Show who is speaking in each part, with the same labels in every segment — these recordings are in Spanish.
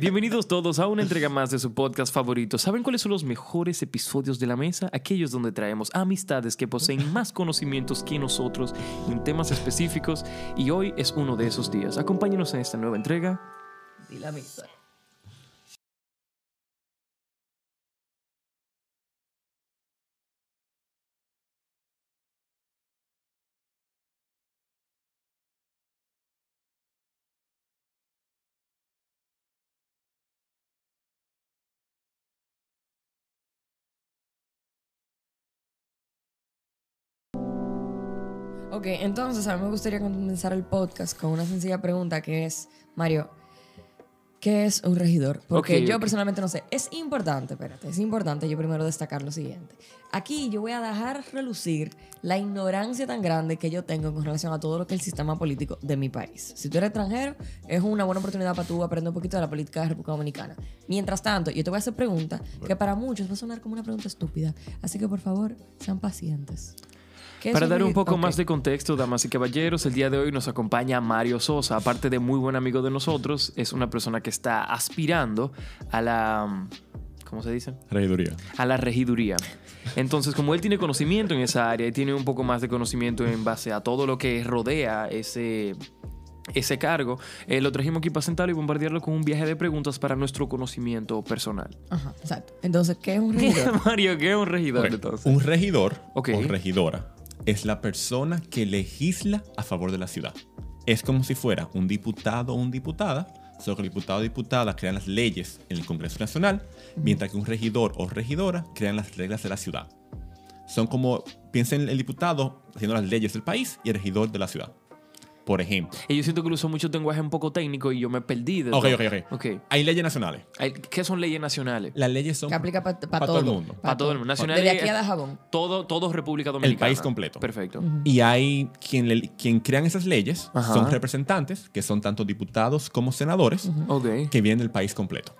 Speaker 1: Bienvenidos todos a una entrega más de su podcast favorito. ¿Saben cuáles son los mejores episodios de la mesa? Aquellos donde traemos amistades que poseen más conocimientos que nosotros en temas específicos y hoy es uno de esos días. Acompáñenos en esta nueva entrega.
Speaker 2: Di la misa. Ok, entonces a mí me gustaría comenzar el podcast con una sencilla pregunta que es, Mario, ¿qué es un regidor? Porque
Speaker 1: Ok,
Speaker 2: yo
Speaker 1: ok.
Speaker 2: personalmente no sé. Es importante, espérate, es importante yo primero destacar lo siguiente. Aquí yo voy a dejar relucir la ignorancia tan grande que yo tengo con relación a todo lo que es el sistema político de mi país. Si tú eres extranjero, es una buena oportunidad para tú aprender un poquito de la política de la República Dominicana. Mientras tanto, yo te voy a hacer preguntas que para muchos va a sonar como una pregunta estúpida. Así que por favor, sean pacientes. ¿Qué es
Speaker 1: Para dar un
Speaker 2: regi-
Speaker 1: poco
Speaker 2: Ok.
Speaker 1: más de contexto, damas y caballeros, el día de hoy nos acompaña Mario Sosa, aparte de muy buen amigo de nosotros, es una persona que está aspirando a la... ¿Cómo se dice?
Speaker 3: Regiduría.
Speaker 1: a la regiduría. Entonces, como él tiene conocimiento en esa área y tiene un poco más de conocimiento en base a todo lo que rodea ese, ese cargo, eh, lo trajimos aquí para sentarlo y bombardearlo con un viaje de preguntas para nuestro conocimiento personal.
Speaker 2: Ajá, exacto. Entonces, ¿qué es un regidor?
Speaker 1: Mario, ¿qué es un regidor
Speaker 3: Ok,
Speaker 1: entonces?
Speaker 3: Un regidor
Speaker 1: Ok.
Speaker 3: o regidora es la persona que legisla a favor de la ciudad. Es como si fuera un diputado o una diputada, solo que el diputado o diputada crean las leyes en el Congreso Nacional, mientras que un regidor o regidora crean las reglas de la ciudad. Son como, piensen el diputado haciendo las leyes del país y el regidor de la ciudad. Por ejemplo.
Speaker 1: Y yo siento que lo usó mucho lenguaje un poco técnico y yo me perdí. De
Speaker 3: Ok,
Speaker 1: todo.
Speaker 3: ok, ok.
Speaker 1: Ok.
Speaker 3: Hay leyes nacionales.
Speaker 1: Ay, ¿Qué son leyes nacionales?
Speaker 3: Las leyes son...
Speaker 2: Que aplica para
Speaker 3: Pa' todo el mundo.
Speaker 1: Para todo el mundo. Nacionales,
Speaker 2: Desde aquí a
Speaker 1: eh,
Speaker 2: Dajabón.
Speaker 1: Todo, todo República Dominicana.
Speaker 3: país completo.
Speaker 1: Perfecto.
Speaker 3: Y hay quien, le- quien crean esas leyes,
Speaker 1: Ajá.
Speaker 3: son representantes, que son tanto diputados como senadores,
Speaker 1: Ok.
Speaker 3: que vienen del país completo.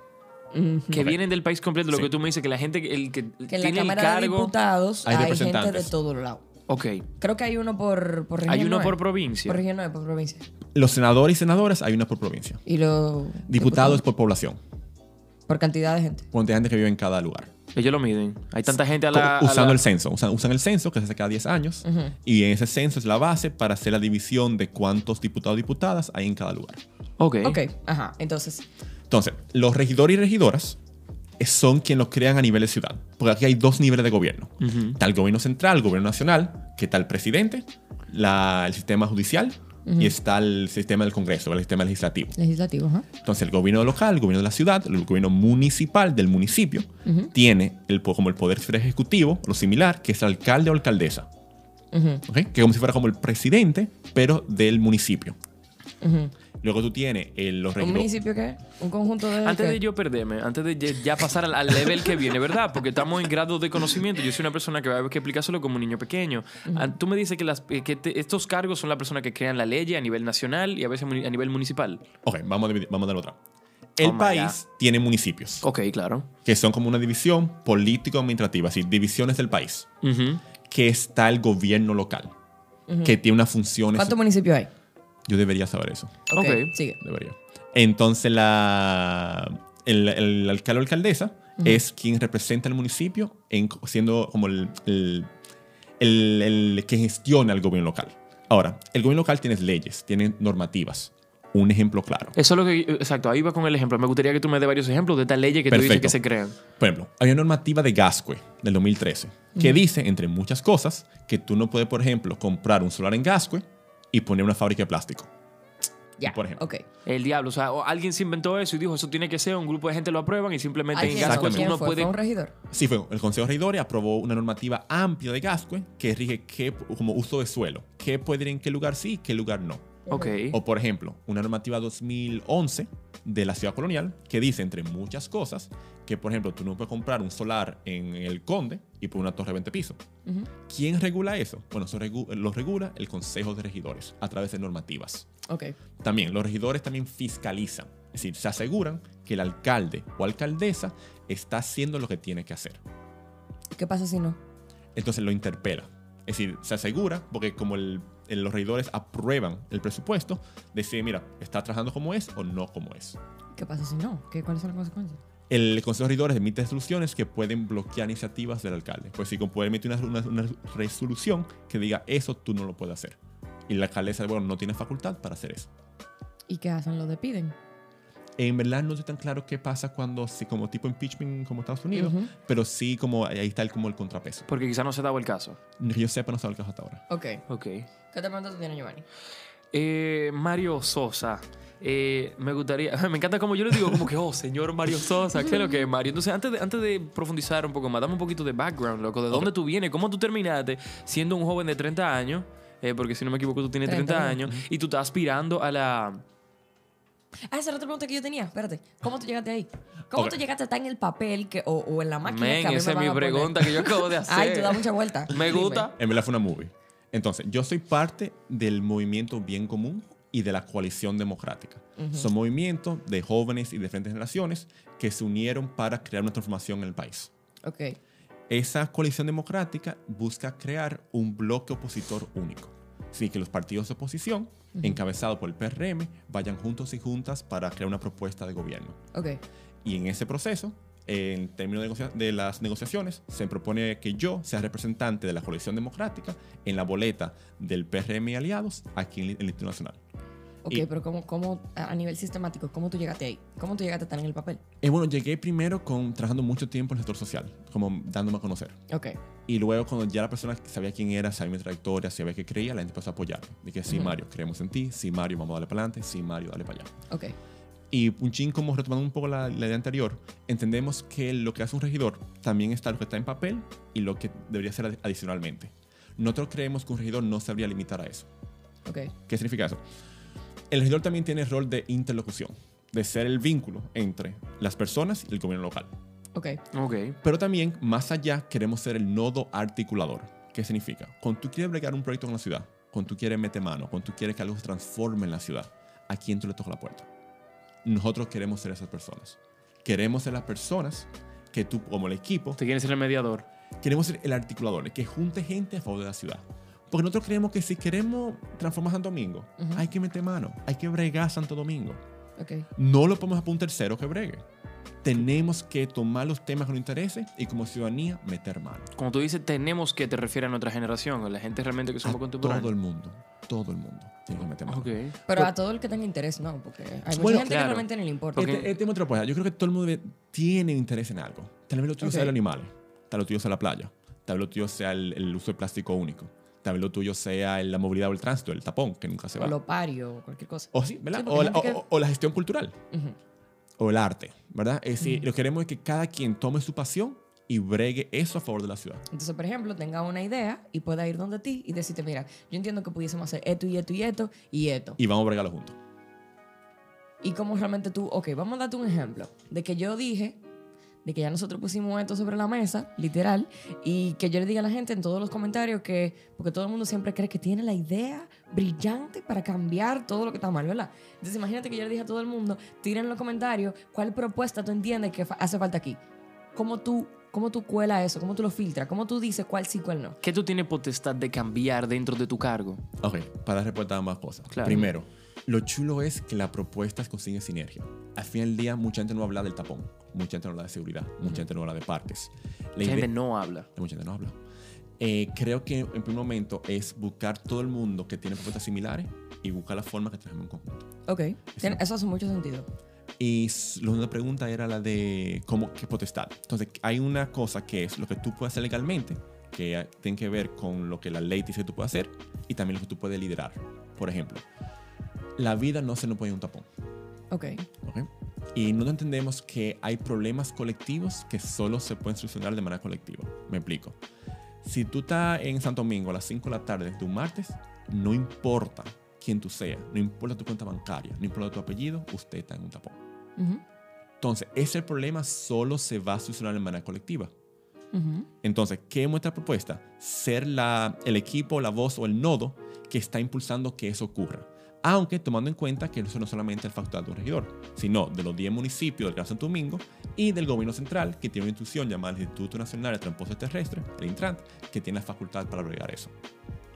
Speaker 1: Que
Speaker 3: Ok.
Speaker 1: vienen del país completo. Lo
Speaker 3: Sí.
Speaker 1: que tú me dices, que la gente, que- el que,
Speaker 2: Que en
Speaker 1: tiene
Speaker 2: la Cámara
Speaker 1: el
Speaker 2: de
Speaker 1: cargo...
Speaker 2: Diputados
Speaker 3: hay
Speaker 2: hay, gente de
Speaker 3: representantes.
Speaker 2: todo lado.
Speaker 1: ok.
Speaker 2: Creo que hay uno por, por región.
Speaker 1: Hay uno
Speaker 2: ¿no es?
Speaker 1: por provincia.
Speaker 2: Por región, no es por provincia.
Speaker 3: Los senadores y senadoras hay una por provincia.
Speaker 2: Y los
Speaker 3: Diputados por población,
Speaker 2: Por cantidad de gente.
Speaker 3: cuánta gente que vive en cada lugar.
Speaker 1: Ellos lo miden. Hay tanta gente a
Speaker 3: Co-
Speaker 1: la. a
Speaker 3: usando
Speaker 1: la-
Speaker 3: el censo, usan, usan el censo que se hace cada 10 años, y ese censo es la base para hacer la división de cuántos diputados y diputadas hay en cada lugar.
Speaker 1: Ok.
Speaker 2: Ok, ajá. Entonces,
Speaker 3: Entonces, los regidores y regidoras eh, son quienes los crean a nivel de ciudad. Porque aquí hay dos niveles de gobierno. Está el gobierno central, el gobierno nacional, que está el presidente, la- el sistema judicial y está el sistema del Congreso, el sistema legislativo.
Speaker 2: legislativo, ajá.
Speaker 3: Entonces, el gobierno local, el gobierno de la ciudad, el gobierno municipal del municipio, tiene el, po- como el poder ejecutivo, lo similar, que es el alcalde o alcaldesa. ¿ok? Que como si fuera como el presidente, pero del municipio. Luego tú tienes eh, los
Speaker 2: ¿Un
Speaker 3: regidores.
Speaker 2: municipio qué? ¿Un conjunto de.?
Speaker 1: Antes
Speaker 2: qué?
Speaker 1: de yo perderme, antes de ya- ya pasar al, al level que viene, ¿verdad? Porque estamos en grado de conocimiento. Yo soy una persona que va a haber que explicárselo como un niño pequeño. Ah, Tú me dices que, las, eh, que te- estos cargos son la persona que crean la ley a nivel nacional y a veces muni- a nivel municipal.
Speaker 3: Ok, vamos a, dividir- vamos a dar otra.
Speaker 1: Oh
Speaker 3: El
Speaker 1: my Oh.
Speaker 3: país tiene municipios,
Speaker 1: Ok, claro.
Speaker 3: que son como una división político-administrativa, así, divisiones del país,
Speaker 1: Ujú.
Speaker 3: que está el gobierno local, que tiene unas funciones.
Speaker 2: ¿Cuántos municipios hay?
Speaker 3: Yo debería saber eso,
Speaker 1: Ok.
Speaker 2: ok, sigue.
Speaker 3: debería. Entonces, la, el, el alcalde o alcaldesa es quien representa al municipio, en, siendo como el, el- el- el que gestiona el gobierno local. Ahora, el gobierno local tiene leyes, tiene normativas. Un ejemplo claro.
Speaker 1: Eso es lo que. Exacto, ahí va con el ejemplo. Me gustaría que tú me des varios ejemplos de estas leyes que tú dices
Speaker 3: Perfecto.
Speaker 1: que se crean.
Speaker 3: Por ejemplo, hay una normativa de Gascue del 2013 que dice, entre muchas cosas, que tú no puedes, por ejemplo, comprar un solar en Gascue y poner una fábrica de plástico.
Speaker 2: Ya.
Speaker 3: Por ejemplo.
Speaker 2: Ok.
Speaker 1: El diablo. O sea, o alguien se inventó eso y dijo, eso tiene que ser, un grupo de gente lo aprueban y simplemente
Speaker 2: ¿Alguien
Speaker 1: en
Speaker 2: fue?
Speaker 1: Gasco
Speaker 3: Gascoy
Speaker 1: tú
Speaker 2: ¿Quién
Speaker 1: no
Speaker 2: fue?
Speaker 1: puedes.
Speaker 2: ¿Fue un regidor?
Speaker 3: Sí, fue el Consejo de Regidores aprobó una normativa amplia de Gascue que rige qué, como uso de suelo, qué puede ir en qué lugar sí y qué lugar no.
Speaker 1: Ok.
Speaker 3: O, por ejemplo, una normativa 2011 de la ciudad colonial que dice, entre muchas cosas, que, por ejemplo, tú no puedes comprar un solar en el Conde y poner una torre de 20 pisos.
Speaker 2: Ujú.
Speaker 3: ¿Quién regula eso? Bueno, eso regu- lo regula el Consejo de Regidores a través de normativas.
Speaker 2: Ok.
Speaker 3: También, los regidores también fiscalizan, es decir, se aseguran que el alcalde o alcaldesa está haciendo lo que tiene que hacer.
Speaker 2: ¿Qué pasa si no?
Speaker 3: Entonces lo interpela. Es decir, se asegura, porque como el- el- los regidores aprueban el presupuesto, decide, mira, está trabajando como es o no como es.
Speaker 2: Ok. ¿Qué pasa si no? ¿Qué, ¿Cuáles son las consecuencias?
Speaker 3: El Consejo de Regidores emite resoluciones que pueden bloquear iniciativas del alcalde. Pues si puede emitir una, una- una resolución que diga eso, tú no lo puedes hacer. Y la alcaldesa, bueno, no tiene facultad para hacer eso.
Speaker 2: ¿Y qué hacen? ¿Lo despiden?
Speaker 3: En verdad no estoy tan claro qué pasa cuando, si como tipo impeachment como Estados Unidos,
Speaker 2: Ujú.
Speaker 3: pero sí como ahí está el, como el contrapeso.
Speaker 1: Porque quizá no se ha dado el caso.
Speaker 3: Que yo sepa, no sabe el caso hasta ahora.
Speaker 2: Ok.
Speaker 1: Ok.
Speaker 2: ¿Qué te pregunta tú tienes, Giovanni?
Speaker 1: Eh, Mario Sosa. Eh, me gustaría, me encanta como yo le digo, como que, oh, señor Mario Sosa, ¿qué es lo que es Mario? Entonces, antes de, antes de profundizar un poco más, dame un poquito de background, loco, de dónde tú vienes, cómo tú terminaste siendo un joven de 30 años, eh, porque si no me equivoco tú tienes 30,
Speaker 2: 30
Speaker 1: años, y tú estás aspirando a la...
Speaker 2: Ah, esa era otra pregunta que yo tenía. Espérate. ¿Cómo tú llegaste ahí? ¿Cómo
Speaker 3: Ok.
Speaker 2: tú llegaste hasta en el papel que, o, o en la máquina
Speaker 1: Men,
Speaker 2: que a mí me
Speaker 1: esa es
Speaker 2: van
Speaker 1: mi
Speaker 2: a poner?
Speaker 1: pregunta que yo acabo de hacer.
Speaker 2: Ay, tú das mucha vuelta.
Speaker 1: Me
Speaker 2: Dime.
Speaker 1: gusta.
Speaker 3: En verdad fue una movie. Entonces, yo soy parte del movimiento Bien Común y de la Coalición Democrática. Son movimientos de jóvenes y de diferentes generaciones que se unieron para crear una transformación en el país.
Speaker 2: Ok.
Speaker 3: Esa coalición democrática busca crear un bloque opositor único. Así que los partidos de oposición, encabezados por el PRM, vayan juntos y juntas para crear una propuesta de gobierno.
Speaker 2: Ok.
Speaker 3: Y en ese proceso, en términos de, negocia- de las negociaciones, se propone que yo sea representante de la coalición democrática en la boleta del PRM y aliados aquí en el- en el Instituto Nacional.
Speaker 2: Ok,
Speaker 3: Y-
Speaker 2: pero ¿cómo, cómo, a a nivel sistemático, ¿cómo tú llegaste ahí? ¿Cómo tú llegaste a estar en el papel?
Speaker 3: Eh, bueno, llegué primero con, trabajando mucho tiempo en el sector social, como dándome a conocer.
Speaker 2: Ok.
Speaker 3: Y luego cuando ya la persona sabía quién era, sabía mi trayectoria, sabía qué creía, la gente empezó a apoyarme. Dije, sí,
Speaker 2: Ujú.
Speaker 3: Mario, creemos en ti, sí, Mario, vamos a darle para adelante, sí, Mario, dale para allá.
Speaker 2: Ok.
Speaker 3: Y un chin, como retomando un poco la, la idea anterior, entendemos que lo que hace un regidor también está lo que está en papel y lo que debería ser adi- adicionalmente. Nosotros creemos que un regidor no se debería limitar a eso.
Speaker 2: Ok.
Speaker 3: ¿Qué significa eso? El regidor también tiene el rol de interlocución, de ser el vínculo entre las personas y el gobierno local.
Speaker 2: Ok.
Speaker 1: Ok.
Speaker 3: Pero también, más allá, queremos ser el nodo articulador. ¿Qué significa? Cuando tú quieres bregar un proyecto en la ciudad, cuando tú quieres meter mano, cuando tú quieres que algo se transforme en la ciudad, ¿a quién tú le tocas la puerta? Nosotros queremos ser esas personas. Queremos ser las personas que tú, como el equipo,
Speaker 1: Te quieres ser el mediador.
Speaker 3: queremos ser el articulador, el que junte gente a favor de la ciudad. Porque nosotros creemos que si queremos transformar Santo Domingo,
Speaker 2: Ujú.
Speaker 3: hay que meter mano, hay que bregar Santo Domingo.
Speaker 2: Ok.
Speaker 3: No lo podemos apuntar un tercero que bregue. Tenemos que tomar los temas que nos interesen y como ciudadanía meter mano.
Speaker 1: Como tú dices, tenemos que te refiere a nuestra generación, a la gente realmente que somos
Speaker 3: A todo
Speaker 1: contemporáneos.
Speaker 3: el mundo, todo el mundo tiene que meter mano.
Speaker 1: Ok.
Speaker 2: Pero a todo el que tenga interés, no, porque hay mucha gente
Speaker 3: Bueno,
Speaker 1: Pues claro.
Speaker 2: que realmente no le importa.
Speaker 1: Porque-
Speaker 3: Este, este es otra cosa. Yo creo que todo el mundo debe- tiene interés en algo. Tal vez lo tuyo sea
Speaker 2: Ok.
Speaker 3: los animales, tal vez lo tuyo sea la playa, tal vez lo tuyo sea el, el uso de plástico único, tal vez lo tuyo sea la movilidad o el tránsito, el tapón que nunca se
Speaker 2: o
Speaker 3: va.
Speaker 2: lo pario, o cualquier
Speaker 1: Oh.
Speaker 2: cosa.
Speaker 3: O sí, ¿verdad?
Speaker 2: Sí, porque
Speaker 3: o,
Speaker 2: hay
Speaker 3: la,
Speaker 2: gente
Speaker 3: o- o- o la gestión cultural
Speaker 2: Ujú.
Speaker 3: o el arte, ¿verdad? Es decir, lo que queremos es que cada quien tome su pasión y bregue eso a favor de la ciudad.
Speaker 2: Entonces, por ejemplo, tenga una idea y pueda ir donde ti y decirte, mira, yo entiendo que pudiésemos hacer esto y esto y esto y esto.
Speaker 3: Y vamos a bregarlo juntos.
Speaker 2: Y cómo realmente tú, ok, vamos a darte un ejemplo de que yo dije, de que ya nosotros pusimos esto sobre la mesa, literal, y que yo le diga a la gente en todos los comentarios que, porque todo el mundo siempre cree que tiene la idea brillante para cambiar todo lo que está mal, ¿verdad? Entonces imagínate que yo le dije a todo el mundo, tira en los comentarios cuál propuesta tú entiendes que fa- hace falta aquí. ¿Cómo tú, cómo tú cuela eso? ¿Cómo tú lo filtras? ¿Cómo tú dices cuál sí, cuál no?
Speaker 1: ¿Qué tú tienes potestad de cambiar dentro de tu cargo?
Speaker 3: Ok, para reportar más cosas.
Speaker 1: Claro.
Speaker 3: Primero, lo chulo es que las propuestas consiguen sinergia. Al fin del día, mucha gente no habla del tapón, mucha gente no habla de seguridad, mucha gente no habla de parques. La
Speaker 1: La
Speaker 3: idea-
Speaker 1: gente no habla.
Speaker 3: mucha gente no habla. Eh, creo que en primer momento es buscar todo el mundo que tiene propuestas similares y buscar la forma que trabajemos en conjunto.
Speaker 2: Ok, tiene- eso hace mucho sentido.
Speaker 3: Y s- la segunda pregunta era la de cómo qué potestad. Entonces, hay una cosa que es lo que tú puedes hacer legalmente, que eh, tiene que ver con lo que la ley te dice que tú puedes hacer y también lo que tú puedes liderar. Por ejemplo, la vida no se nos pone un tapón.
Speaker 2: Ok,
Speaker 3: ¿ok? Y no entendemos que hay problemas colectivos que solo se pueden solucionar de manera colectiva. Me explico. Si tú estás en Santo Domingo a las 5 de la tarde de un martes, no importa quién tú seas, no importa tu cuenta bancaria, no importa tu apellido, usted está en un tapón.
Speaker 2: Ujú,
Speaker 3: Entonces, ese problema solo se va a solucionar de manera colectiva.
Speaker 2: ujú.
Speaker 3: Entonces, ¿qué es nuestra propuesta? Ser la, el equipo, la voz o el nodo que está impulsando que eso ocurra. Aunque tomando en cuenta que eso no es solamente el factor de un regidor, sino de los 10 municipios del Gran Santo Domingo y del gobierno central, que tiene una institución llamada el Instituto Nacional de Transporte Terrestre, el Intran, que tiene la facultad para bregar eso.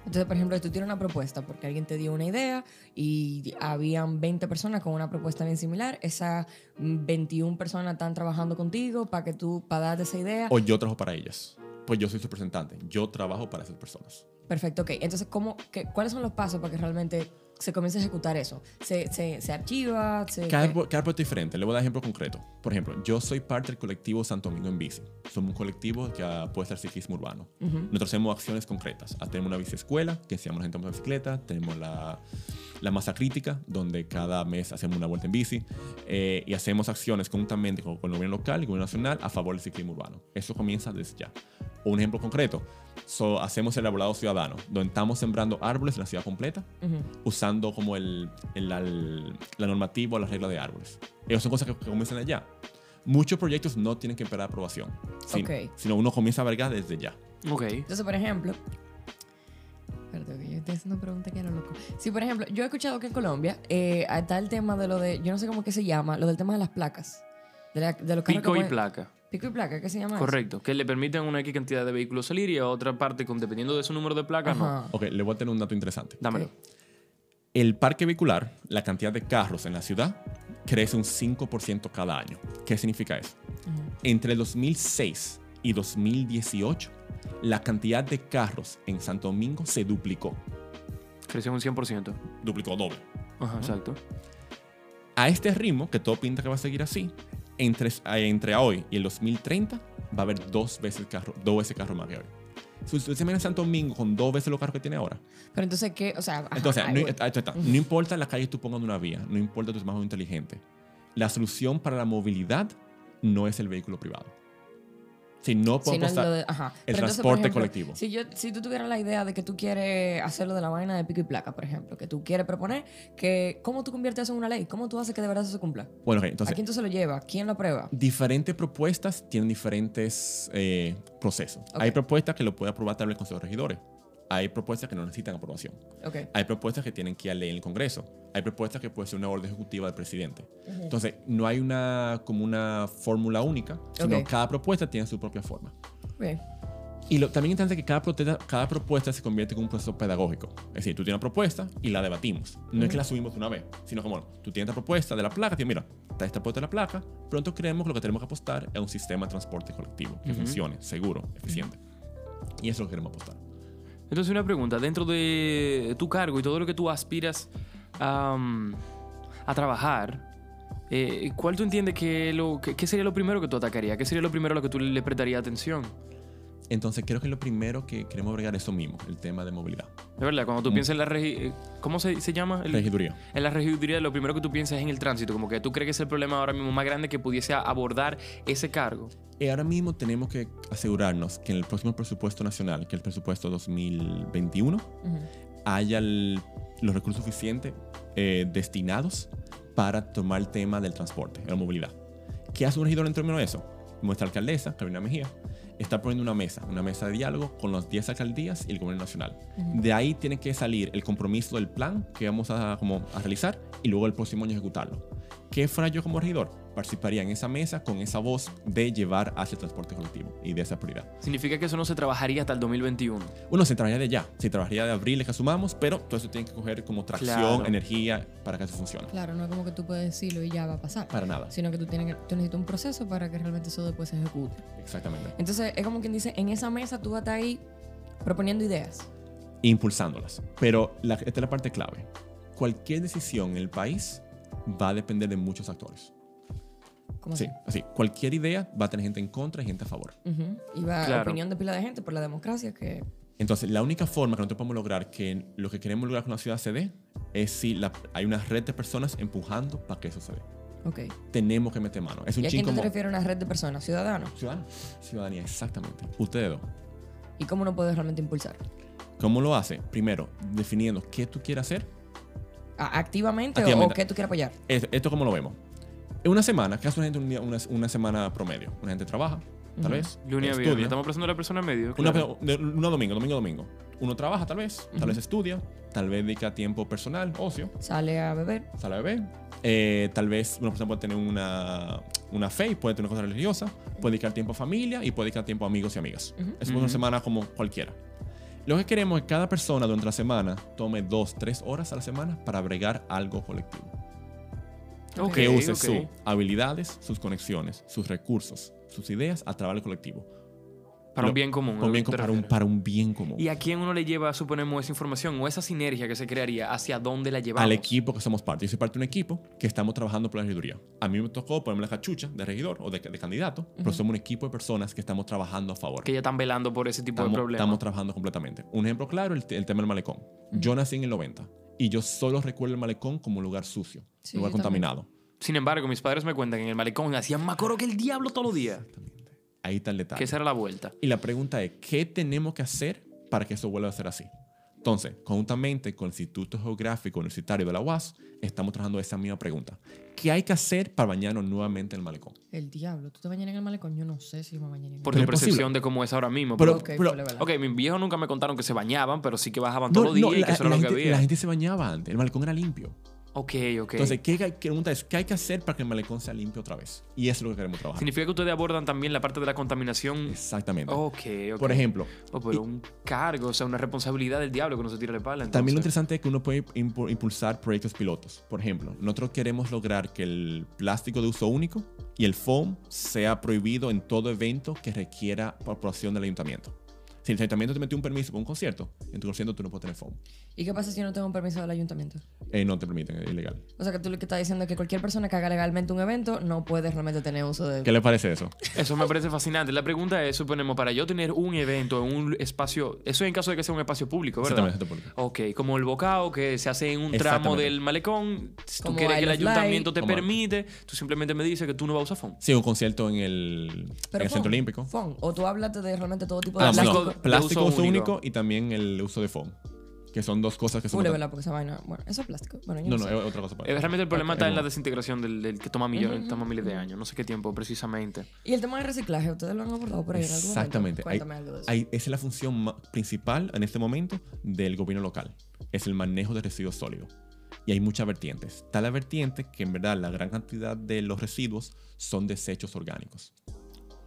Speaker 2: Entonces, por ejemplo, tú tienes una propuesta porque alguien te dio una idea y habían 20 personas con una propuesta bien similar. Esas 21 personas están trabajando contigo para que tú, para darte esa idea.
Speaker 3: O yo trabajo para ellas. Pues yo soy su representante. Yo trabajo para esas personas.
Speaker 2: Perfecto, ok. Entonces, ¿cómo, qué- ¿cuáles son los pasos para que realmente se comience a ejecutar eso? ¿Se, se, se archiva? Se,
Speaker 3: Cada,
Speaker 2: qué?
Speaker 3: pro- cada proyecto es diferente. Le voy a dar ejemplo concreto. Por ejemplo, yo soy parte del colectivo Santo Domingo en Bici. Somos un colectivo que apuesta al ciclismo urbano. Nosotros hacemos acciones concretas. Ah, tenemos una biciescuela, que enseñamos a la gente a montar bicicleta. Tenemos la, la masa crítica, donde cada mes hacemos una vuelta en bici. Eh, y hacemos acciones conjuntamente con, con el gobierno local y el gobierno nacional a favor del ciclismo urbano. Eso comienza desde ya. Un ejemplo concreto. So, hacemos el arbolado ciudadano, donde estamos sembrando árboles en la ciudad completa
Speaker 2: Ujú.
Speaker 3: usando como el, el- al- la normativa o la regla de árboles. Esas son cosas que, que comienzan allá. Muchos proyectos no tienen que esperar aprobación, sin-
Speaker 2: Ok.
Speaker 3: sino uno comienza a vergar desde ya.
Speaker 1: Ok.
Speaker 2: Entonces, por ejemplo, perdón, que yo estoy haciendo preguntas que a lo loco. Sí, por ejemplo, yo he escuchado que en Colombia eh, está el tema de lo de, yo no sé cómo que se llama, lo del tema de las placas. De, la- de los carros que
Speaker 1: Pico y
Speaker 2: ponen-
Speaker 1: placa.
Speaker 2: Pico y placa, ¿qué se llama? eso?
Speaker 1: Correcto. Que le permiten una X cantidad de vehículos salir y a otra parte, con, dependiendo de su número de placa, no.
Speaker 2: Ajá.
Speaker 3: Ok, le voy a tener un dato interesante.
Speaker 1: Dámelo.
Speaker 2: Ok.
Speaker 3: El parque vehicular, la cantidad de carros en la ciudad, crece un 5% cada año. ¿Qué significa eso? Entre el 2006 y 2018, la cantidad de carros en Santo Domingo se duplicó.
Speaker 1: Creció un 100%.
Speaker 3: Duplicó doble.
Speaker 1: Ajá, exacto.
Speaker 3: A este ritmo, que todo pinta que va a seguir así, entre, entre hoy y el 2030 va a haber dos veces el carro, dos veces el carro más que hoy. Si usted se imagina Santo Domingo con dos veces los carros que tiene ahora.
Speaker 2: Pero entonces, ¿qué? O sea, ajá,
Speaker 3: Entonces,
Speaker 2: ahí
Speaker 3: no,
Speaker 2: voy.
Speaker 3: ahí está, no importa la calle que tú pongas en una vía, no importa tu más inteligente. La solución para la movilidad no es el vehículo privado. Si no
Speaker 2: Si no
Speaker 3: podemos
Speaker 2: es
Speaker 3: usar-
Speaker 2: lo de- ajá. Pero entonces, por
Speaker 3: transporte colectivo.
Speaker 2: Si, yo, si tú tuvieras la idea de que tú quieres hacerlo de la vaina de pico y placa, por ejemplo, que tú quieres proponer, que ¿cómo tú conviertes eso en una ley? ¿Cómo tú haces que de verdad eso se cumpla?
Speaker 3: Bueno, ok,
Speaker 2: ¿A
Speaker 3: entonces,
Speaker 2: quién tú se lo llevas? ¿Quién lo aprueba?
Speaker 3: diferentes propuestas tienen diferentes eh, procesos.
Speaker 2: Ok.
Speaker 3: Hay propuestas que lo puede aprobar tal vez el Consejo de Regidores. Hay propuestas que no necesitan aprobación.
Speaker 2: Ok.
Speaker 3: Hay propuestas que tienen que ir a ley en el Congreso. Hay propuestas que puede ser una orden ejecutiva del presidente. Entonces, no hay una, como una fórmula única, sino
Speaker 2: Ok.
Speaker 3: cada propuesta tiene su propia forma.
Speaker 2: Bien.
Speaker 3: Y lo, también es interesante que cada, protesta- cada propuesta se convierte en un proceso pedagógico. Es decir, tú tienes una propuesta y la debatimos. No es que la subimos de una vez, sino como, bueno, tú tienes esta propuesta de la placa, tienes, mira, está esta propuesta de la placa, pronto creemos que lo que tenemos que apostar es un sistema de transporte colectivo que funcione, seguro, eficiente. Y eso es lo que queremos apostar.
Speaker 1: Entonces, una pregunta. Dentro de tu cargo y todo lo que tú aspiras a, mm, a trabajar, eh, ¿cuál tú entiendes que, lo, que, que sería lo primero que tú atacarías? ¿Qué sería lo primero a lo que tú le prestarías atención?
Speaker 3: Entonces, creo que lo primero que queremos agregar es eso mismo, el tema de movilidad.
Speaker 1: De verdad, cuando tú piensas en la regi- eh, ¿Cómo se, se llama? El-
Speaker 3: Regiduría.
Speaker 1: en la regiduría, lo primero que tú piensas es en el tránsito. Como que tú crees que es el problema ahora mismo más grande que pudiese abordar ese cargo.
Speaker 3: Y ahora mismo tenemos que asegurarnos que en el próximo presupuesto nacional, que es el presupuesto 2021,
Speaker 2: Ujú.
Speaker 3: haya el- los recursos suficientes eh, destinados para tomar el tema del transporte, de la movilidad. ¿Qué hace un regidor en términos de eso? Nuestra alcaldesa, Carolina Mejía, está poniendo una mesa, una mesa de diálogo con las 10 alcaldías y el gobierno nacional. De ahí tiene que salir el compromiso del plan que vamos a, como, a realizar y luego el próximo año ejecutarlo. ¿Qué fuera yo como regidor? Participaría en esa mesa con esa voz de llevar hacia el transporte colectivo y de esa prioridad.
Speaker 1: Significa que eso no se trabajaría hasta el 2021.
Speaker 3: Uno se trabajaría de ya, se trabajaría de abril que asumamos, pero todo eso tiene que coger como tracción,
Speaker 1: Claro.
Speaker 3: energía para que eso funcione.
Speaker 2: Claro, no es como que tú puedes decirlo y ya va a pasar.
Speaker 3: Para nada.
Speaker 2: Sino que tú, tienes que- tú necesitas un proceso para que realmente eso después se ejecute.
Speaker 3: Exactamente.
Speaker 2: Entonces, es como quien dice, en esa mesa tú vas a estar ahí proponiendo ideas.
Speaker 3: Impulsándolas. Pero la- esta es la parte clave. Cualquier decisión en el país va a depender de muchos actores.
Speaker 2: ¿Cómo
Speaker 3: Sí, así. Cualquier idea va a tener gente en contra y gente a favor.
Speaker 2: así? Ujú. Y va a
Speaker 1: Claro.
Speaker 2: opinión de pila de gente por la democracia que...
Speaker 3: Entonces, la única forma que nosotros podemos lograr que lo que queremos lograr con la ciudad se dé es si la- hay una red de personas empujando para que eso se dé.
Speaker 2: Ok.
Speaker 3: Tenemos que meter mano. Es un
Speaker 2: ¿Y a quién
Speaker 3: chingo
Speaker 2: tú te
Speaker 3: como...
Speaker 2: refieres una red de personas? Ciudadanos.
Speaker 3: Ciudadano. Ciudadanía, exactamente. Ustedes dos.
Speaker 2: ¿Y cómo no puedes realmente impulsar?
Speaker 3: ¿Cómo lo hace? Primero, definiendo qué tú quieres hacer.
Speaker 2: A- ¿Activamente, o-
Speaker 3: Activamente.
Speaker 2: o qué tú quieres apoyar?
Speaker 3: Es- Esto cómo lo vemos. En una semana, ¿qué hace una gente un día- una, una semana promedio? Una gente trabaja, tal vez.
Speaker 1: Lunes a
Speaker 3: estudia.
Speaker 1: viernes. Estamos pensando en la persona medio.
Speaker 3: Una,
Speaker 1: claro.
Speaker 3: de- uno domingo, domingo, domingo. Uno trabaja, tal vez. Tal vez estudia. Tal vez dedica tiempo personal, ocio.
Speaker 2: Sale a beber.
Speaker 3: Sale a beber. Eh, tal vez una persona puede tener una, una fe y puede tener una cosa religiosa. Puede dedicar tiempo a familia y puede dedicar tiempo a amigos y amigas. Es una
Speaker 1: Ujú.
Speaker 3: semana como cualquiera. Lo que queremos es que cada persona durante la semana tome dos, tres horas a la semana para bregar algo colectivo.
Speaker 1: Ok,
Speaker 3: que use
Speaker 1: ok.
Speaker 3: sus habilidades, sus conexiones, sus recursos, sus ideas a través del colectivo.
Speaker 1: Para
Speaker 3: Lo-
Speaker 1: un bien común.
Speaker 3: con
Speaker 1: ¿a
Speaker 3: bien-
Speaker 1: qué te
Speaker 3: para, un,
Speaker 1: refieres?
Speaker 3: para un bien común.
Speaker 1: ¿Y a quién uno le lleva, suponemos, esa información o esa sinergia que se crearía? ¿Hacia dónde la llevamos?
Speaker 3: Al equipo que somos parte. Yo soy parte de un equipo que estamos trabajando por la regiduría. A mí me tocó ponerme la cachucha de regidor o de, de candidato, pero somos un equipo de personas que estamos trabajando a favor.
Speaker 1: Que ya están velando por ese tipo de
Speaker 3: estamos,
Speaker 1: problemas.
Speaker 3: estamos trabajando completamente. Un ejemplo claro, el, te- el tema del malecón. Yo nací en el 90 y yo solo recuerdo el malecón como un lugar sucio,
Speaker 2: Sí,
Speaker 3: lugar
Speaker 2: yo también.
Speaker 3: contaminado.
Speaker 1: Sin embargo, mis padres me cuentan que en el malecón hacían más coro que el diablo todos los días.
Speaker 3: Ahí está el detalle.
Speaker 1: Que esa era la vuelta.
Speaker 3: Y la pregunta es, ¿qué tenemos que hacer para que eso vuelva a ser así? Entonces, conjuntamente con el Instituto Geográfico Universitario de la UAS, estamos trabajando esa misma pregunta. ¿Qué hay que hacer para bañarnos nuevamente en el malecón?
Speaker 2: El diablo, tú te bañas en el malecón. Yo no sé si me bañaría en el
Speaker 1: Por
Speaker 3: Pero
Speaker 1: tu
Speaker 3: es posible.
Speaker 1: percepción de cómo es ahora mismo.
Speaker 3: Pero-
Speaker 1: Pero,
Speaker 2: malecón. Ok,
Speaker 3: pero-
Speaker 2: fue la verdad.
Speaker 1: ok, mis viejos nunca me contaron que se bañaban, pero sí que bajaban todos los
Speaker 3: No,
Speaker 1: días
Speaker 3: no,
Speaker 1: y que eso era lo que
Speaker 3: gente,
Speaker 1: había.
Speaker 3: la gente se bañaba antes, el malecón era limpio.
Speaker 1: Ok, ok.
Speaker 3: Entonces, ¿qué, hay- qué pregunta es, ¿qué hay que hacer para que el malecón sea limpio otra vez? Y eso es lo que queremos trabajar.
Speaker 1: Significa que ustedes abordan también la parte de la contaminación.
Speaker 3: Exactamente.
Speaker 1: Oh, Ok, ok.
Speaker 3: Por ejemplo,
Speaker 1: Oh, pero un cargo, o sea, una responsabilidad del diablo que no se tira la pala.
Speaker 3: También lo
Speaker 1: entonces.
Speaker 3: interesante es que uno puede impu- impulsar proyectos pilotos. Por ejemplo, nosotros queremos lograr que el plástico de uso único y el foam sea prohibido en todo evento que requiera aprobación del ayuntamiento. Si el ayuntamiento te metió un permiso para un concierto, en tu concierto tú no puedes tener foam.
Speaker 2: ¿Y qué pasa si yo no tengo un permiso del ayuntamiento?
Speaker 3: Eh, no te permiten, es ilegal.
Speaker 2: O sea, que tú lo que estás diciendo es que cualquier persona que haga legalmente un evento no puede realmente tener uso de...
Speaker 3: ¿Qué le parece eso?
Speaker 1: Eso me parece fascinante. La pregunta es, suponemos, para yo tener un evento en un espacio, eso es en caso de que sea un espacio público, ¿verdad?
Speaker 3: Exactamente, porque-
Speaker 1: Ok, como el bocado que se hace en un tramo
Speaker 3: Exactamente.
Speaker 1: del malecón, si tú
Speaker 2: Como
Speaker 1: quieres que el
Speaker 2: Isle of Light.
Speaker 1: ayuntamiento te
Speaker 3: Como-
Speaker 1: permite, tú simplemente me dices que tú no vas a usar fondo.
Speaker 3: Sí, un concierto en el, en el
Speaker 2: fon,
Speaker 3: Centro Olímpico.
Speaker 2: fon. O tú hablas de realmente todo tipo de
Speaker 3: Ah,
Speaker 1: plástico
Speaker 3: no,
Speaker 1: de uso
Speaker 3: plástico, de uso único.
Speaker 1: único
Speaker 3: y también el uso de foam, que son dos cosas que son...
Speaker 2: Pule, ¿verdad? Porque esa vaina... Bueno, eso es plástico. Bueno, yo
Speaker 3: no,
Speaker 2: no,
Speaker 3: no,
Speaker 2: sé.
Speaker 3: es otra cosa.
Speaker 1: Eh, Realmente el problema
Speaker 3: Ok,
Speaker 1: está en
Speaker 3: no.
Speaker 1: la desintegración del, del que toma millones, toma miles de años, no sé qué tiempo precisamente.
Speaker 2: Y el tema del reciclaje, ¿ustedes lo han abordado por ahí en algún momento?
Speaker 3: Exactamente. Hay-
Speaker 2: Cuéntame algo de eso.
Speaker 3: hay- esa es la función ma- principal en este momento del gobierno local. Es el manejo de residuos sólidos. Y hay muchas vertientes. Está la vertiente que en verdad la gran cantidad de los residuos son desechos orgánicos.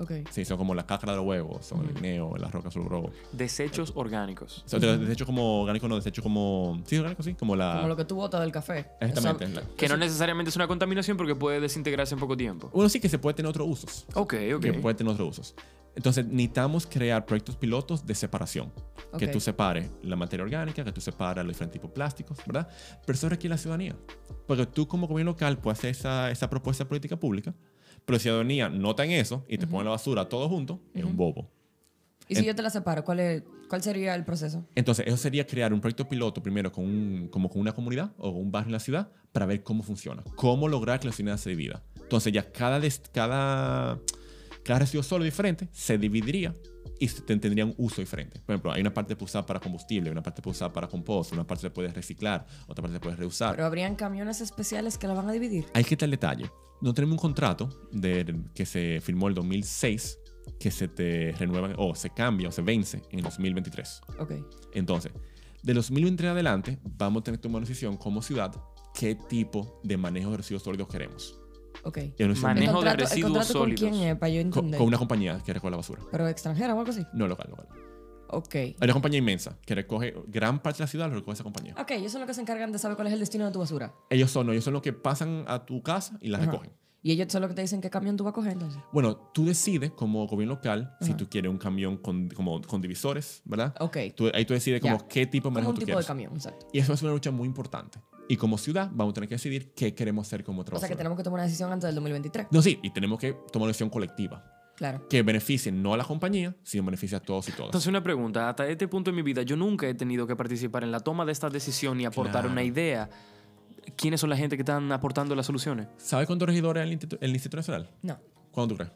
Speaker 2: Ok.
Speaker 3: Sí, son como la cáscara de los huevos, son el
Speaker 2: Ujú.
Speaker 3: guineo, las rocas sobre huevo.
Speaker 1: Desechos orgánicos.
Speaker 3: Son de- desechos como orgánicos, no, desechos como... Sí, orgánicos, sí, como la...
Speaker 2: Como lo que tú botas del café.
Speaker 3: Ah. exactamente.
Speaker 2: Eso-
Speaker 3: la-
Speaker 1: Que no necesariamente es una contaminación porque puede desintegrarse en poco tiempo.
Speaker 3: Bueno, sí que se puede tener otros usos.
Speaker 1: Ok, ok.
Speaker 3: que puede tener otros usos. Entonces, necesitamos crear proyectos pilotos de separación.
Speaker 2: Ok.
Speaker 3: Que tú separes la materia orgánica, que tú separes los diferentes tipos de plásticos, ¿verdad? Pero eso requiere la ciudadanía. Porque tú como gobierno local puedes hacer esa, esa propuesta de política pública, pero la ciudadanía nota en eso y te pone la basura todo junto, es un bobo.
Speaker 2: Y si yo te la separo, ¿cuál, es, ¿cuál sería el proceso?
Speaker 3: Entonces, eso sería crear un proyecto piloto primero con un- como con una comunidad o un barrio en la ciudad para ver cómo funciona, cómo lograr que la ciudad se divida. Entonces, ya cada, des- cada, cada residuo sólido diferente se dividiría y se ten- tendría un uso diferente. Por ejemplo, hay una parte que puede usar para combustible, una parte puede usar para compost, una parte se puede reciclar, otra parte se puede reusar.
Speaker 2: Pero habrían camiones especiales que la van a dividir.
Speaker 3: Hay que estar el detalle. No tenemos un contrato de- que se firmó el 2006 que se te renueva o se cambia o se vence en el 2023.
Speaker 2: Ok.
Speaker 3: Entonces, de los 2023 en adelante, vamos a tener que tomar una decisión como ciudad qué tipo de manejo de residuos sólidos queremos.
Speaker 2: Ok.
Speaker 3: Y una decisión
Speaker 2: El
Speaker 1: Manejo de
Speaker 2: contrato- el
Speaker 1: residuos
Speaker 2: contrato
Speaker 1: sólidos.
Speaker 2: ¿Con quién es? Para yo
Speaker 3: co- con,
Speaker 2: entender.
Speaker 3: una compañía que recoge la basura.
Speaker 2: Pero extranjera o algo así.
Speaker 3: No local, local.
Speaker 2: Ok.
Speaker 3: Hay una compañía inmensa que recoge gran parte de la ciudad, lo recoge esa compañía.
Speaker 2: Ok, ellos son los que se encargan de saber cuál es el destino de tu basura.
Speaker 3: Ellos son, ellos son los que pasan a tu casa y la
Speaker 2: Ajá.
Speaker 3: recogen.
Speaker 2: Y ellos son los que te dicen qué camión tú vas a coger entonces.
Speaker 3: Bueno, tú decides como gobierno local si
Speaker 2: Ajá.
Speaker 3: tú quieres un camión con, como, con divisores, ¿verdad?
Speaker 2: Ok.
Speaker 3: Tú- ahí tú decides como
Speaker 2: Ya.
Speaker 3: qué tipo
Speaker 2: Como
Speaker 3: de manejo
Speaker 2: un
Speaker 3: tú
Speaker 2: tipo
Speaker 3: quieres.
Speaker 2: de camión, exacto.
Speaker 3: Y eso es una lucha muy importante. Y como ciudad vamos a tener que decidir qué queremos hacer como
Speaker 2: O
Speaker 3: trabajo.
Speaker 2: sea que tenemos que tomar una decisión antes del 2023.
Speaker 3: No, sí, y tenemos que tomar una decisión colectiva.
Speaker 2: Claro.
Speaker 3: que beneficie no a la compañía, sino beneficie a todos y todas.
Speaker 1: Entonces, una pregunta. Hasta este punto de mi vida, yo nunca he tenido que participar en la toma de esta decisión y aportar
Speaker 3: Claro.
Speaker 1: una idea. ¿Quiénes son la gente que están aportando las soluciones?
Speaker 3: ¿Sabes cuántos regidores hay en el Instituto, en el Instituto Nacional?
Speaker 2: No.
Speaker 3: ¿Cuánto tú crees?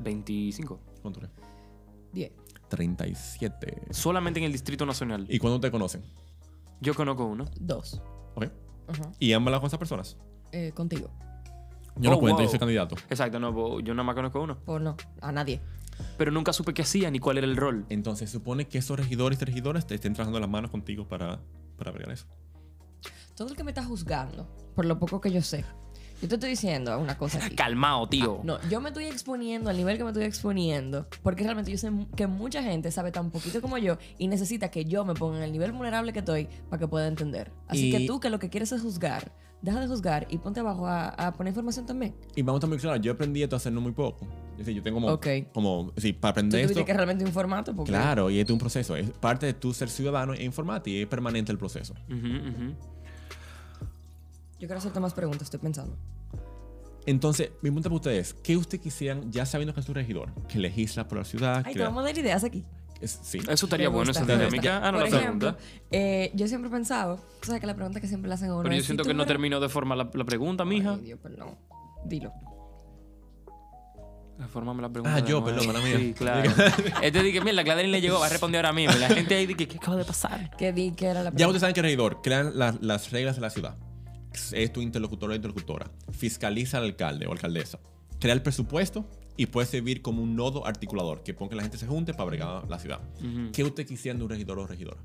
Speaker 1: 25.
Speaker 3: ¿Cuánto tú crees?
Speaker 2: 10.
Speaker 3: 37.
Speaker 1: Solamente en el Distrito Nacional.
Speaker 3: ¿Y cuánto te conocen?
Speaker 1: Yo conozco uno.
Speaker 2: 2.
Speaker 3: ¿Ok?
Speaker 2: Ajá.
Speaker 3: ¿Y han hablado con esas personas?
Speaker 2: Eh, contigo.
Speaker 3: Yo no
Speaker 1: Oh,
Speaker 3: cuento,
Speaker 1: wow.
Speaker 3: yo soy candidato.
Speaker 1: Exacto, no, bo- yo nada más conozco uno.
Speaker 2: Por no. A nadie.
Speaker 1: Pero nunca supe qué hacía ni cuál era el rol.
Speaker 3: Entonces, supone que esos regidores y regidoras te estén trabajando las manos contigo para, para bregar eso.
Speaker 2: Todo el que me está juzgando, por lo poco que yo sé, Yo te estoy diciendo una cosa
Speaker 3: Eh,
Speaker 2: aquí.
Speaker 1: Calmao, tío.
Speaker 3: ah,
Speaker 2: No, yo me estoy exponiendo al nivel que me estoy exponiendo, porque realmente yo sé mu- que mucha gente sabe tan poquito como yo y necesita que yo me ponga en el nivel vulnerable que estoy para que pueda entender. Así
Speaker 3: Y-
Speaker 2: que tú que lo que quieres es juzgar, deja de juzgar y ponte abajo a, a poner información también.
Speaker 3: Y vamos a muy claro, yo aprendí esto hace no muy poco. Es decir, yo tengo como...
Speaker 2: Ok.
Speaker 3: como sí,
Speaker 2: Tú
Speaker 3: para aprender
Speaker 2: tuviste
Speaker 3: esto...
Speaker 2: que realmente informarte porque
Speaker 3: Claro, y este es un proceso. Es parte de tu ser ciudadano e informarte y es permanente el proceso.
Speaker 1: Ujú, ujú.
Speaker 2: yo quiero hacerte más preguntas, estoy pensando.
Speaker 3: Entonces, mi pregunta para ustedes, ¿qué ustedes quisieran, ya sabiendo que es tu regidor, que legisla por la
Speaker 1: Ah,
Speaker 3: ciudad?
Speaker 2: Ay,
Speaker 3: que
Speaker 2: te vamos a dar ideas aquí.
Speaker 3: es- sí.
Speaker 1: Eso estaría
Speaker 2: Me
Speaker 1: bueno,
Speaker 2: gusta,
Speaker 1: esa
Speaker 2: me
Speaker 1: dinámica.
Speaker 2: gusta.
Speaker 1: Ah, no,
Speaker 2: Por
Speaker 1: la
Speaker 2: ejemplo,
Speaker 1: pregunta.
Speaker 2: eh, yo siempre he pensado, tú sabes que la pregunta que siempre le hacen a uno
Speaker 1: Pero yo
Speaker 2: es,
Speaker 1: siento
Speaker 2: ¿y tú
Speaker 1: que no
Speaker 2: eres-
Speaker 1: termino de formar la, la pregunta, mija.
Speaker 2: Ay, Dios, perdón. Dilo.
Speaker 1: Reformame la pregunta.
Speaker 3: Ah,
Speaker 1: de
Speaker 3: yo,
Speaker 1: nuevo.
Speaker 3: perdón, mala mía.
Speaker 1: Sí, claro. este dije, mira, la Cladelin le llegó, va a responder ahora mismo. La gente ahí dice, ¿qué acaba de pasar?
Speaker 2: Que di que era la
Speaker 3: Ya
Speaker 2: pregunta.
Speaker 3: ustedes saben que el regidor crea la- las reglas de la ciudad. Es tu interlocutor o interlocutora. Fiscaliza al alcalde o alcaldesa. Crea el presupuesto y puede servir como un nodo articulador que ponga que la gente se junte para bregar la ciudad. ¿Qué usted quisiera de un regidor o regidora?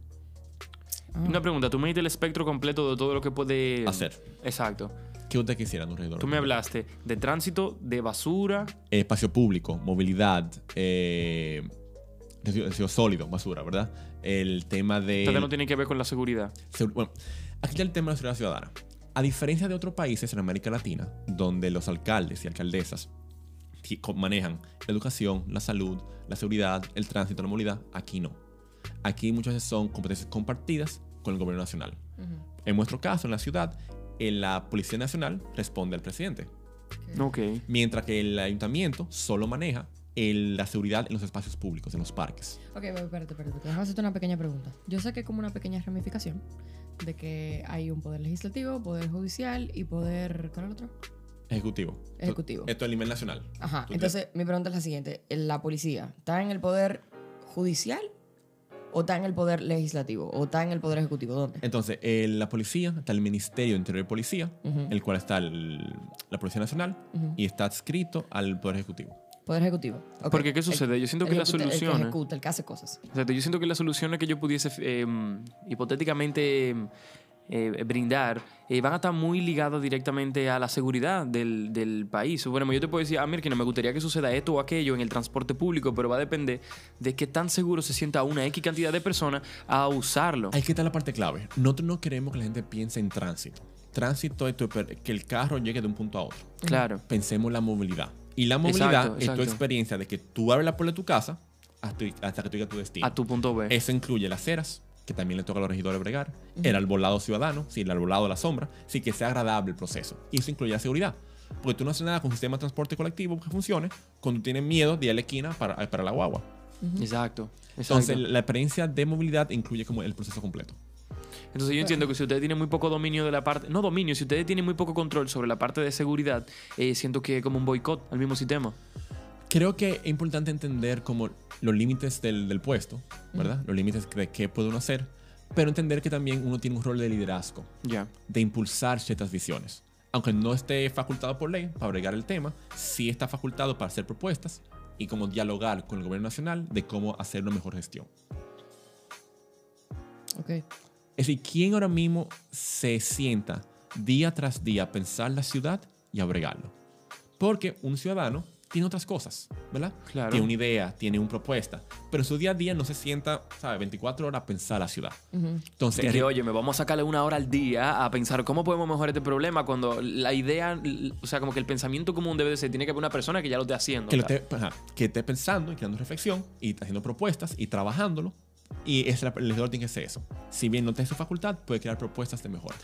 Speaker 2: Ah.
Speaker 1: Una pregunta, tú me diste el espectro completo de todo lo que puede
Speaker 3: Hacer.
Speaker 1: Exacto.
Speaker 3: ¿Qué usted quisiera de un regidor? o
Speaker 1: Tú me
Speaker 3: regidora?
Speaker 1: hablaste de tránsito, de basura.
Speaker 3: Espacio público, movilidad, eh, residuo- residuo sólido, basura, ¿verdad? El tema de...
Speaker 1: Esto no tiene que ver con la seguridad.
Speaker 3: Segu- Bueno, aquí está el tema de la seguridad ciudadana. A diferencia de otros países en América Latina, donde los alcaldes y alcaldesas ti- co- manejan la educación, la salud, la seguridad, el tránsito, la movilidad, aquí no. Aquí muchas veces son competencias compartidas con el gobierno nacional.
Speaker 2: Ujú.
Speaker 3: En nuestro caso, en la ciudad, eh, la Policía Nacional responde al presidente,
Speaker 1: Ok.
Speaker 3: mientras que el ayuntamiento solo maneja el- la seguridad en los espacios públicos, en los parques.
Speaker 4: Ok, pero espérate, espérate. Déjame hacerte una pequeña pregunta. Yo sé que es como una pequeña ramificación de que hay un poder legislativo, poder judicial y poder. ¿Cuál es el otro?
Speaker 3: Ejecutivo.
Speaker 4: Ejecutivo.
Speaker 3: Esto a nivel nacional.
Speaker 2: Ajá,
Speaker 3: Tú te-
Speaker 2: entonces mi pregunta es la siguiente. ¿La policía está en el poder judicial o está en el poder legislativo o está en el poder ejecutivo? ¿Dónde?
Speaker 3: Entonces, eh, la policía, está el Ministerio de Interior y Policía,
Speaker 2: Ujú.
Speaker 3: el cual está el- la Policía Nacional
Speaker 2: Ujú.
Speaker 3: y está adscrito al Poder Ejecutivo.
Speaker 2: Poder ejecutivo. Ok.
Speaker 1: Porque, ¿qué sucede? Yo siento
Speaker 2: el
Speaker 1: que la
Speaker 2: ejecuta- El
Speaker 1: solución,
Speaker 2: que
Speaker 1: ¿eh?
Speaker 2: ejecuta, el que hace cosas.
Speaker 1: Exacto, yo siento que la solución es que yo pudiese eh, hipotéticamente eh, brindar eh, van a estar muy ligadas directamente a la seguridad del, del país. Bueno, yo te puedo decir, ah, mira, que no me gustaría que suceda esto o aquello en el transporte público, pero va a depender de qué tan seguro se sienta una X cantidad de personas a usarlo.
Speaker 3: Ahí que está la parte clave. Nosotros no queremos que la gente piense en tránsito. Tránsito es tu per- que el carro llegue de un punto a otro.
Speaker 1: Claro.
Speaker 3: Pensemos en la movilidad. Y la movilidad
Speaker 1: Exacto,
Speaker 3: es
Speaker 1: exacto.
Speaker 3: tu experiencia de que tú abres la puerta de tu casa hasta, hasta que tú llegas a tu destino.
Speaker 1: A tu punto B.
Speaker 3: Eso incluye las aceras, que también le toca a los regidores bregar, el arbolado ciudadano, sí, el arbolado de la sombra, sí que sea agradable el proceso. Y eso incluye la seguridad. Porque tú no haces nada con un sistema de transporte colectivo que funcione cuando tienes miedo de ir a la esquina para, para la guagua.
Speaker 1: Exacto.
Speaker 3: Entonces,
Speaker 1: exacto.
Speaker 3: la experiencia de movilidad incluye como el proceso completo.
Speaker 1: Entonces yo entiendo que si ustedes tienen muy poco dominio de la parte, no dominio, si ustedes tienen muy poco control sobre la parte de seguridad, eh, siento que es como un boicot al mismo sistema.
Speaker 3: Creo que es importante entender como los límites del, del puesto, ¿verdad? Los límites de qué puede uno hacer, pero entender que también uno tiene un rol de liderazgo.
Speaker 1: Ya.
Speaker 3: de impulsar ciertas visiones. Aunque no esté facultado por ley para bregar el tema, sí está facultado para hacer propuestas y como dialogar con el gobierno nacional de cómo hacer una mejor gestión.
Speaker 4: Ok.
Speaker 3: Es decir, ¿quién ahora mismo se sienta día tras día a pensar la ciudad y a bregarlo? Porque un ciudadano tiene otras cosas, ¿verdad?
Speaker 1: Claro.
Speaker 3: Tiene una idea, tiene una propuesta, pero en su día a día no se sienta, ¿sabes? 24 horas a pensar la ciudad. Entonces,
Speaker 1: De
Speaker 3: es-
Speaker 1: que, oye, me vamos a sacarle una hora al día a pensar cómo podemos mejorar este problema cuando la idea, l- o sea, como que el pensamiento común debe de ser, tiene que haber una persona que ya lo esté haciendo.
Speaker 3: que, lo
Speaker 1: o sea.
Speaker 3: esté, ajá, que esté pensando y creando reflexión y haciendo propuestas y trabajándolo. Y es la- el legislador tiene que hacer eso. Si bien no tiene su facultad, puede crear propuestas de mejora.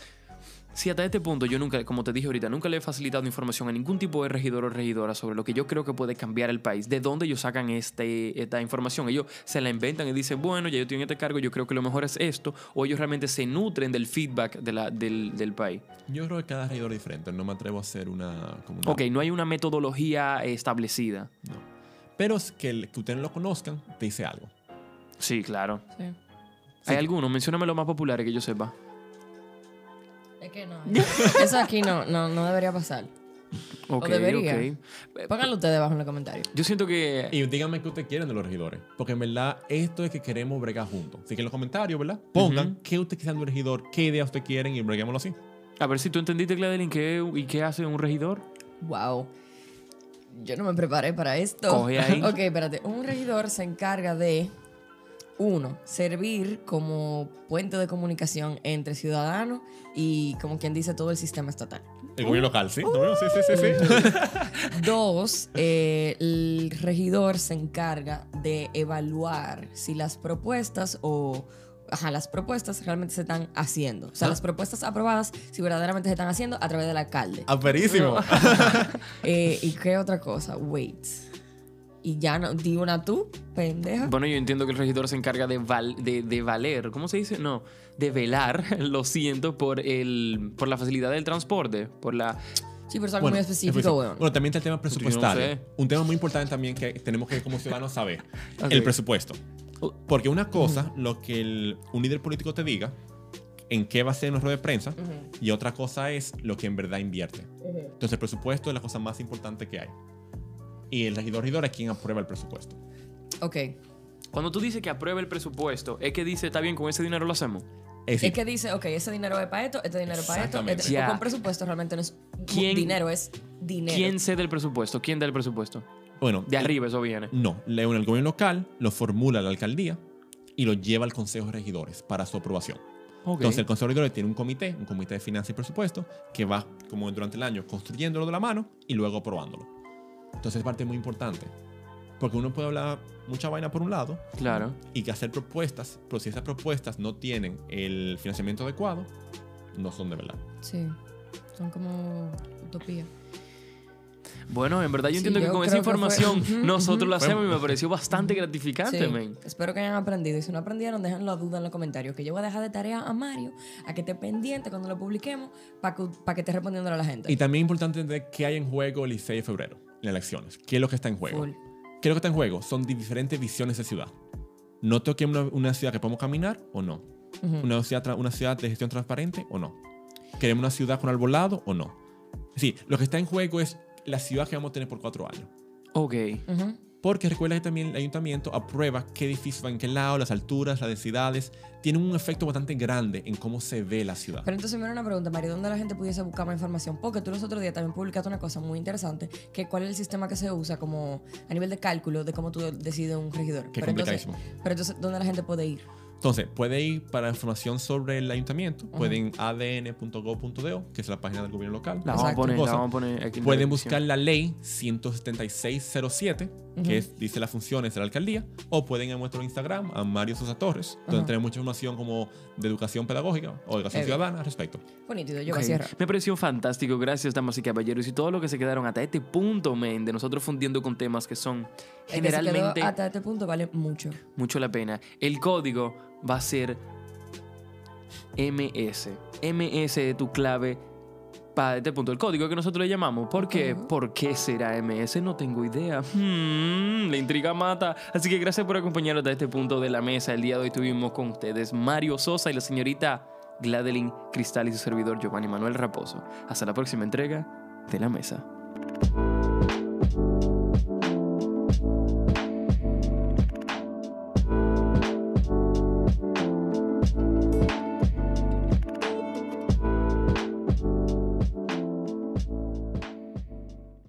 Speaker 1: Sí, hasta este punto yo nunca, como te dije ahorita, nunca le he facilitado información a ningún tipo de regidor o regidora sobre lo que yo creo que puede cambiar el país, de dónde ellos sacan este, esta información. Ellos se la inventan y dicen, bueno, ya yo tengo este cargo, yo creo que lo mejor es esto, o ellos realmente se nutren del feedback de la, del, del país.
Speaker 3: Yo creo que cada regidor es diferente. No me atrevo a hacer una. Como una-
Speaker 1: Ok, no hay una metodología establecida.
Speaker 3: no. Pero es que, el, que ustedes lo conozcan te dice algo.
Speaker 1: Sí, claro.
Speaker 4: Sí.
Speaker 1: ¿Hay algunos? Mencióname los más populares que yo sepa.
Speaker 4: Es que no.
Speaker 2: Eso aquí no, no, no debería pasar.
Speaker 1: Ok,
Speaker 2: debería.
Speaker 1: ok.
Speaker 2: Pónganlo ustedes abajo en los comentarios.
Speaker 1: Yo siento que.
Speaker 3: Y díganme qué ustedes quieren de los regidores. Porque en verdad, esto es que queremos bregar juntos. Así que en los comentarios, ¿verdad? Pongan qué ustedes quisieran de un regidor, qué ideas ustedes quieren y breguémoslo así.
Speaker 1: A ver si tú entendiste, Gladeline, qué, y qué hace un regidor.
Speaker 2: Wow. Yo no me preparé para esto.
Speaker 1: Coge ahí.
Speaker 2: ok, espérate. Un regidor se encarga de, uno, servir como puente de comunicación entre ciudadanos y, como quien dice, todo el sistema estatal.
Speaker 3: El gobierno local, ¿sí? No, sí, sí, sí, sí.
Speaker 2: Dos, eh, el regidor se encarga de evaluar si las propuestas o... Ajá, las propuestas realmente se están haciendo.
Speaker 1: Ah.
Speaker 2: O sea, las propuestas aprobadas, si verdaderamente se están haciendo a través del alcalde.
Speaker 3: Aperísimo.
Speaker 2: Eh, ¿Y qué otra cosa? Wait. Y ya no, di una tú, pendeja.
Speaker 1: Bueno, yo entiendo que el regidor se encarga de, val- de, de valer, ¿cómo se dice? No, de velar, lo siento, por, el, por la facilidad del transporte, por la...
Speaker 2: Sí, pero es algo
Speaker 3: Bueno,
Speaker 2: muy
Speaker 3: específico.
Speaker 2: específico, weón.
Speaker 3: Bueno, también está el tema presupuestario.
Speaker 1: Yo no sé.
Speaker 3: Un tema muy importante también que tenemos que como ciudadanos saber.
Speaker 1: Ok.
Speaker 3: El presupuesto.
Speaker 1: Oh.
Speaker 3: Porque una cosa, lo que el- un líder político te diga, en qué va a ser una rueda de prensa, y otra cosa es lo que en verdad invierte. Entonces el presupuesto es la cosa más importante que hay. Y el regidor regidor es quien aprueba el presupuesto.
Speaker 2: Ok.
Speaker 1: Cuando tú dices que apruebe el presupuesto, es que dice, está bien, con ese dinero lo hacemos.
Speaker 3: Es decir,
Speaker 2: Es que dice, ok, ese dinero es para esto, este dinero es para esto.
Speaker 3: Exactamente.
Speaker 2: Este,
Speaker 1: Ya.
Speaker 2: Con presupuesto realmente no es
Speaker 1: ¿Quién-
Speaker 2: dinero, es dinero.
Speaker 1: ¿Quién cede el presupuesto? ¿Quién da el presupuesto?
Speaker 3: bueno,
Speaker 1: De arriba eso viene.
Speaker 3: No, León, el gobierno local lo formula la alcaldía y lo lleva al Consejo de Regidores para su aprobación.
Speaker 1: Ok.
Speaker 3: Entonces, el Consejo de Regidores tiene un comité, un comité de finanzas y presupuesto, que va como durante el año construyéndolo de la mano y luego aprobándolo. Entonces, es parte muy importante. Porque uno puede hablar mucha vaina por un lado
Speaker 1: claro.
Speaker 3: y que hacer propuestas, pero si esas propuestas no tienen el financiamiento adecuado, no son de verdad.
Speaker 4: Sí. Son como utopía.
Speaker 1: Bueno, en verdad yo
Speaker 2: Sí,
Speaker 1: entiendo que
Speaker 2: yo
Speaker 1: con esa
Speaker 2: creo que fue-
Speaker 1: información
Speaker 2: Ujú,
Speaker 1: nosotros lo
Speaker 3: Fue-
Speaker 1: hacemos y me pareció bastante
Speaker 2: Sí.
Speaker 1: gratificante, men.
Speaker 2: Espero que hayan aprendido. Y si no aprendieron, dejen la duda en los comentarios. Que yo voy a dejar de tarea a Mario a que esté pendiente cuando lo publiquemos para que, pa' que esté respondiendo a la gente.
Speaker 3: Y también es importante entender qué hay en juego el 16 de febrero, en las elecciones. ¿Qué es lo que está en juego?
Speaker 2: Full.
Speaker 3: ¿Qué es lo que está en juego? Son di- diferentes visiones de ciudad. No toquemos una, una ciudad que podemos caminar o no. una, ciudad, tra- una ciudad de gestión transparente o no. ¿Queremos una ciudad con arbolado o no? Sí, lo que está en juego es la ciudad que vamos a tener por cuatro años.
Speaker 1: Ok.
Speaker 2: Ujú.
Speaker 3: Porque recuerda que también el ayuntamiento aprueba qué edificio va en qué lado, las alturas, las densidades. Tiene un efecto bastante grande en cómo se ve la ciudad.
Speaker 2: Pero entonces me viene una pregunta, Mario, ¿dónde la gente pudiese buscar más información? Porque tú los otros días también publicaste una cosa muy interesante, que cuál es el sistema que se usa como a nivel de cálculo de cómo tú decides un regidor.
Speaker 3: Qué
Speaker 2: pero, entonces,
Speaker 3: complicadísimo.
Speaker 2: pero entonces, ¿dónde la gente puede ir?
Speaker 3: Entonces, puede ir para información sobre el ayuntamiento. Pueden adn.gov.do, que es la página del gobierno local.
Speaker 1: La vamos a
Speaker 2: Exacto.
Speaker 1: poner, la
Speaker 3: Cosa.
Speaker 1: vamos a poner aquí en la
Speaker 3: Pueden buscar
Speaker 1: descripción.
Speaker 3: la ley 17607, que es- dice las funciones de la alcaldía, o pueden ir a nuestro Instagram, a Mario Sosa Torres, donde
Speaker 2: Ajá.
Speaker 3: tenemos mucha información como de educación pedagógica o educación
Speaker 2: Eh,
Speaker 3: ciudadana al respecto.
Speaker 2: Bonito, yo voy
Speaker 1: Ok.
Speaker 2: a cerrar.
Speaker 1: Me pareció fantástico, gracias damas y caballeros y todo lo que se quedaron hasta este punto, men, de nosotros fundiendo con temas que son
Speaker 2: El que se quedó
Speaker 1: generalmente
Speaker 2: hasta este punto vale mucho.
Speaker 1: mucho la pena. El código va a ser MS. MS es tu clave para este punto. El código que nosotros le llamamos. ¿Por qué?
Speaker 2: Ujú.
Speaker 1: ¿Por qué será MS? No tengo idea. Hmm, la intriga mata. Así que gracias por acompañarnos hasta este punto de la mesa. El día de hoy tuvimos con ustedes Mario Sosa y la señorita Gladeline Cristal y su servidor Giovanni Manuel Raposo. Hasta la próxima entrega de la mesa.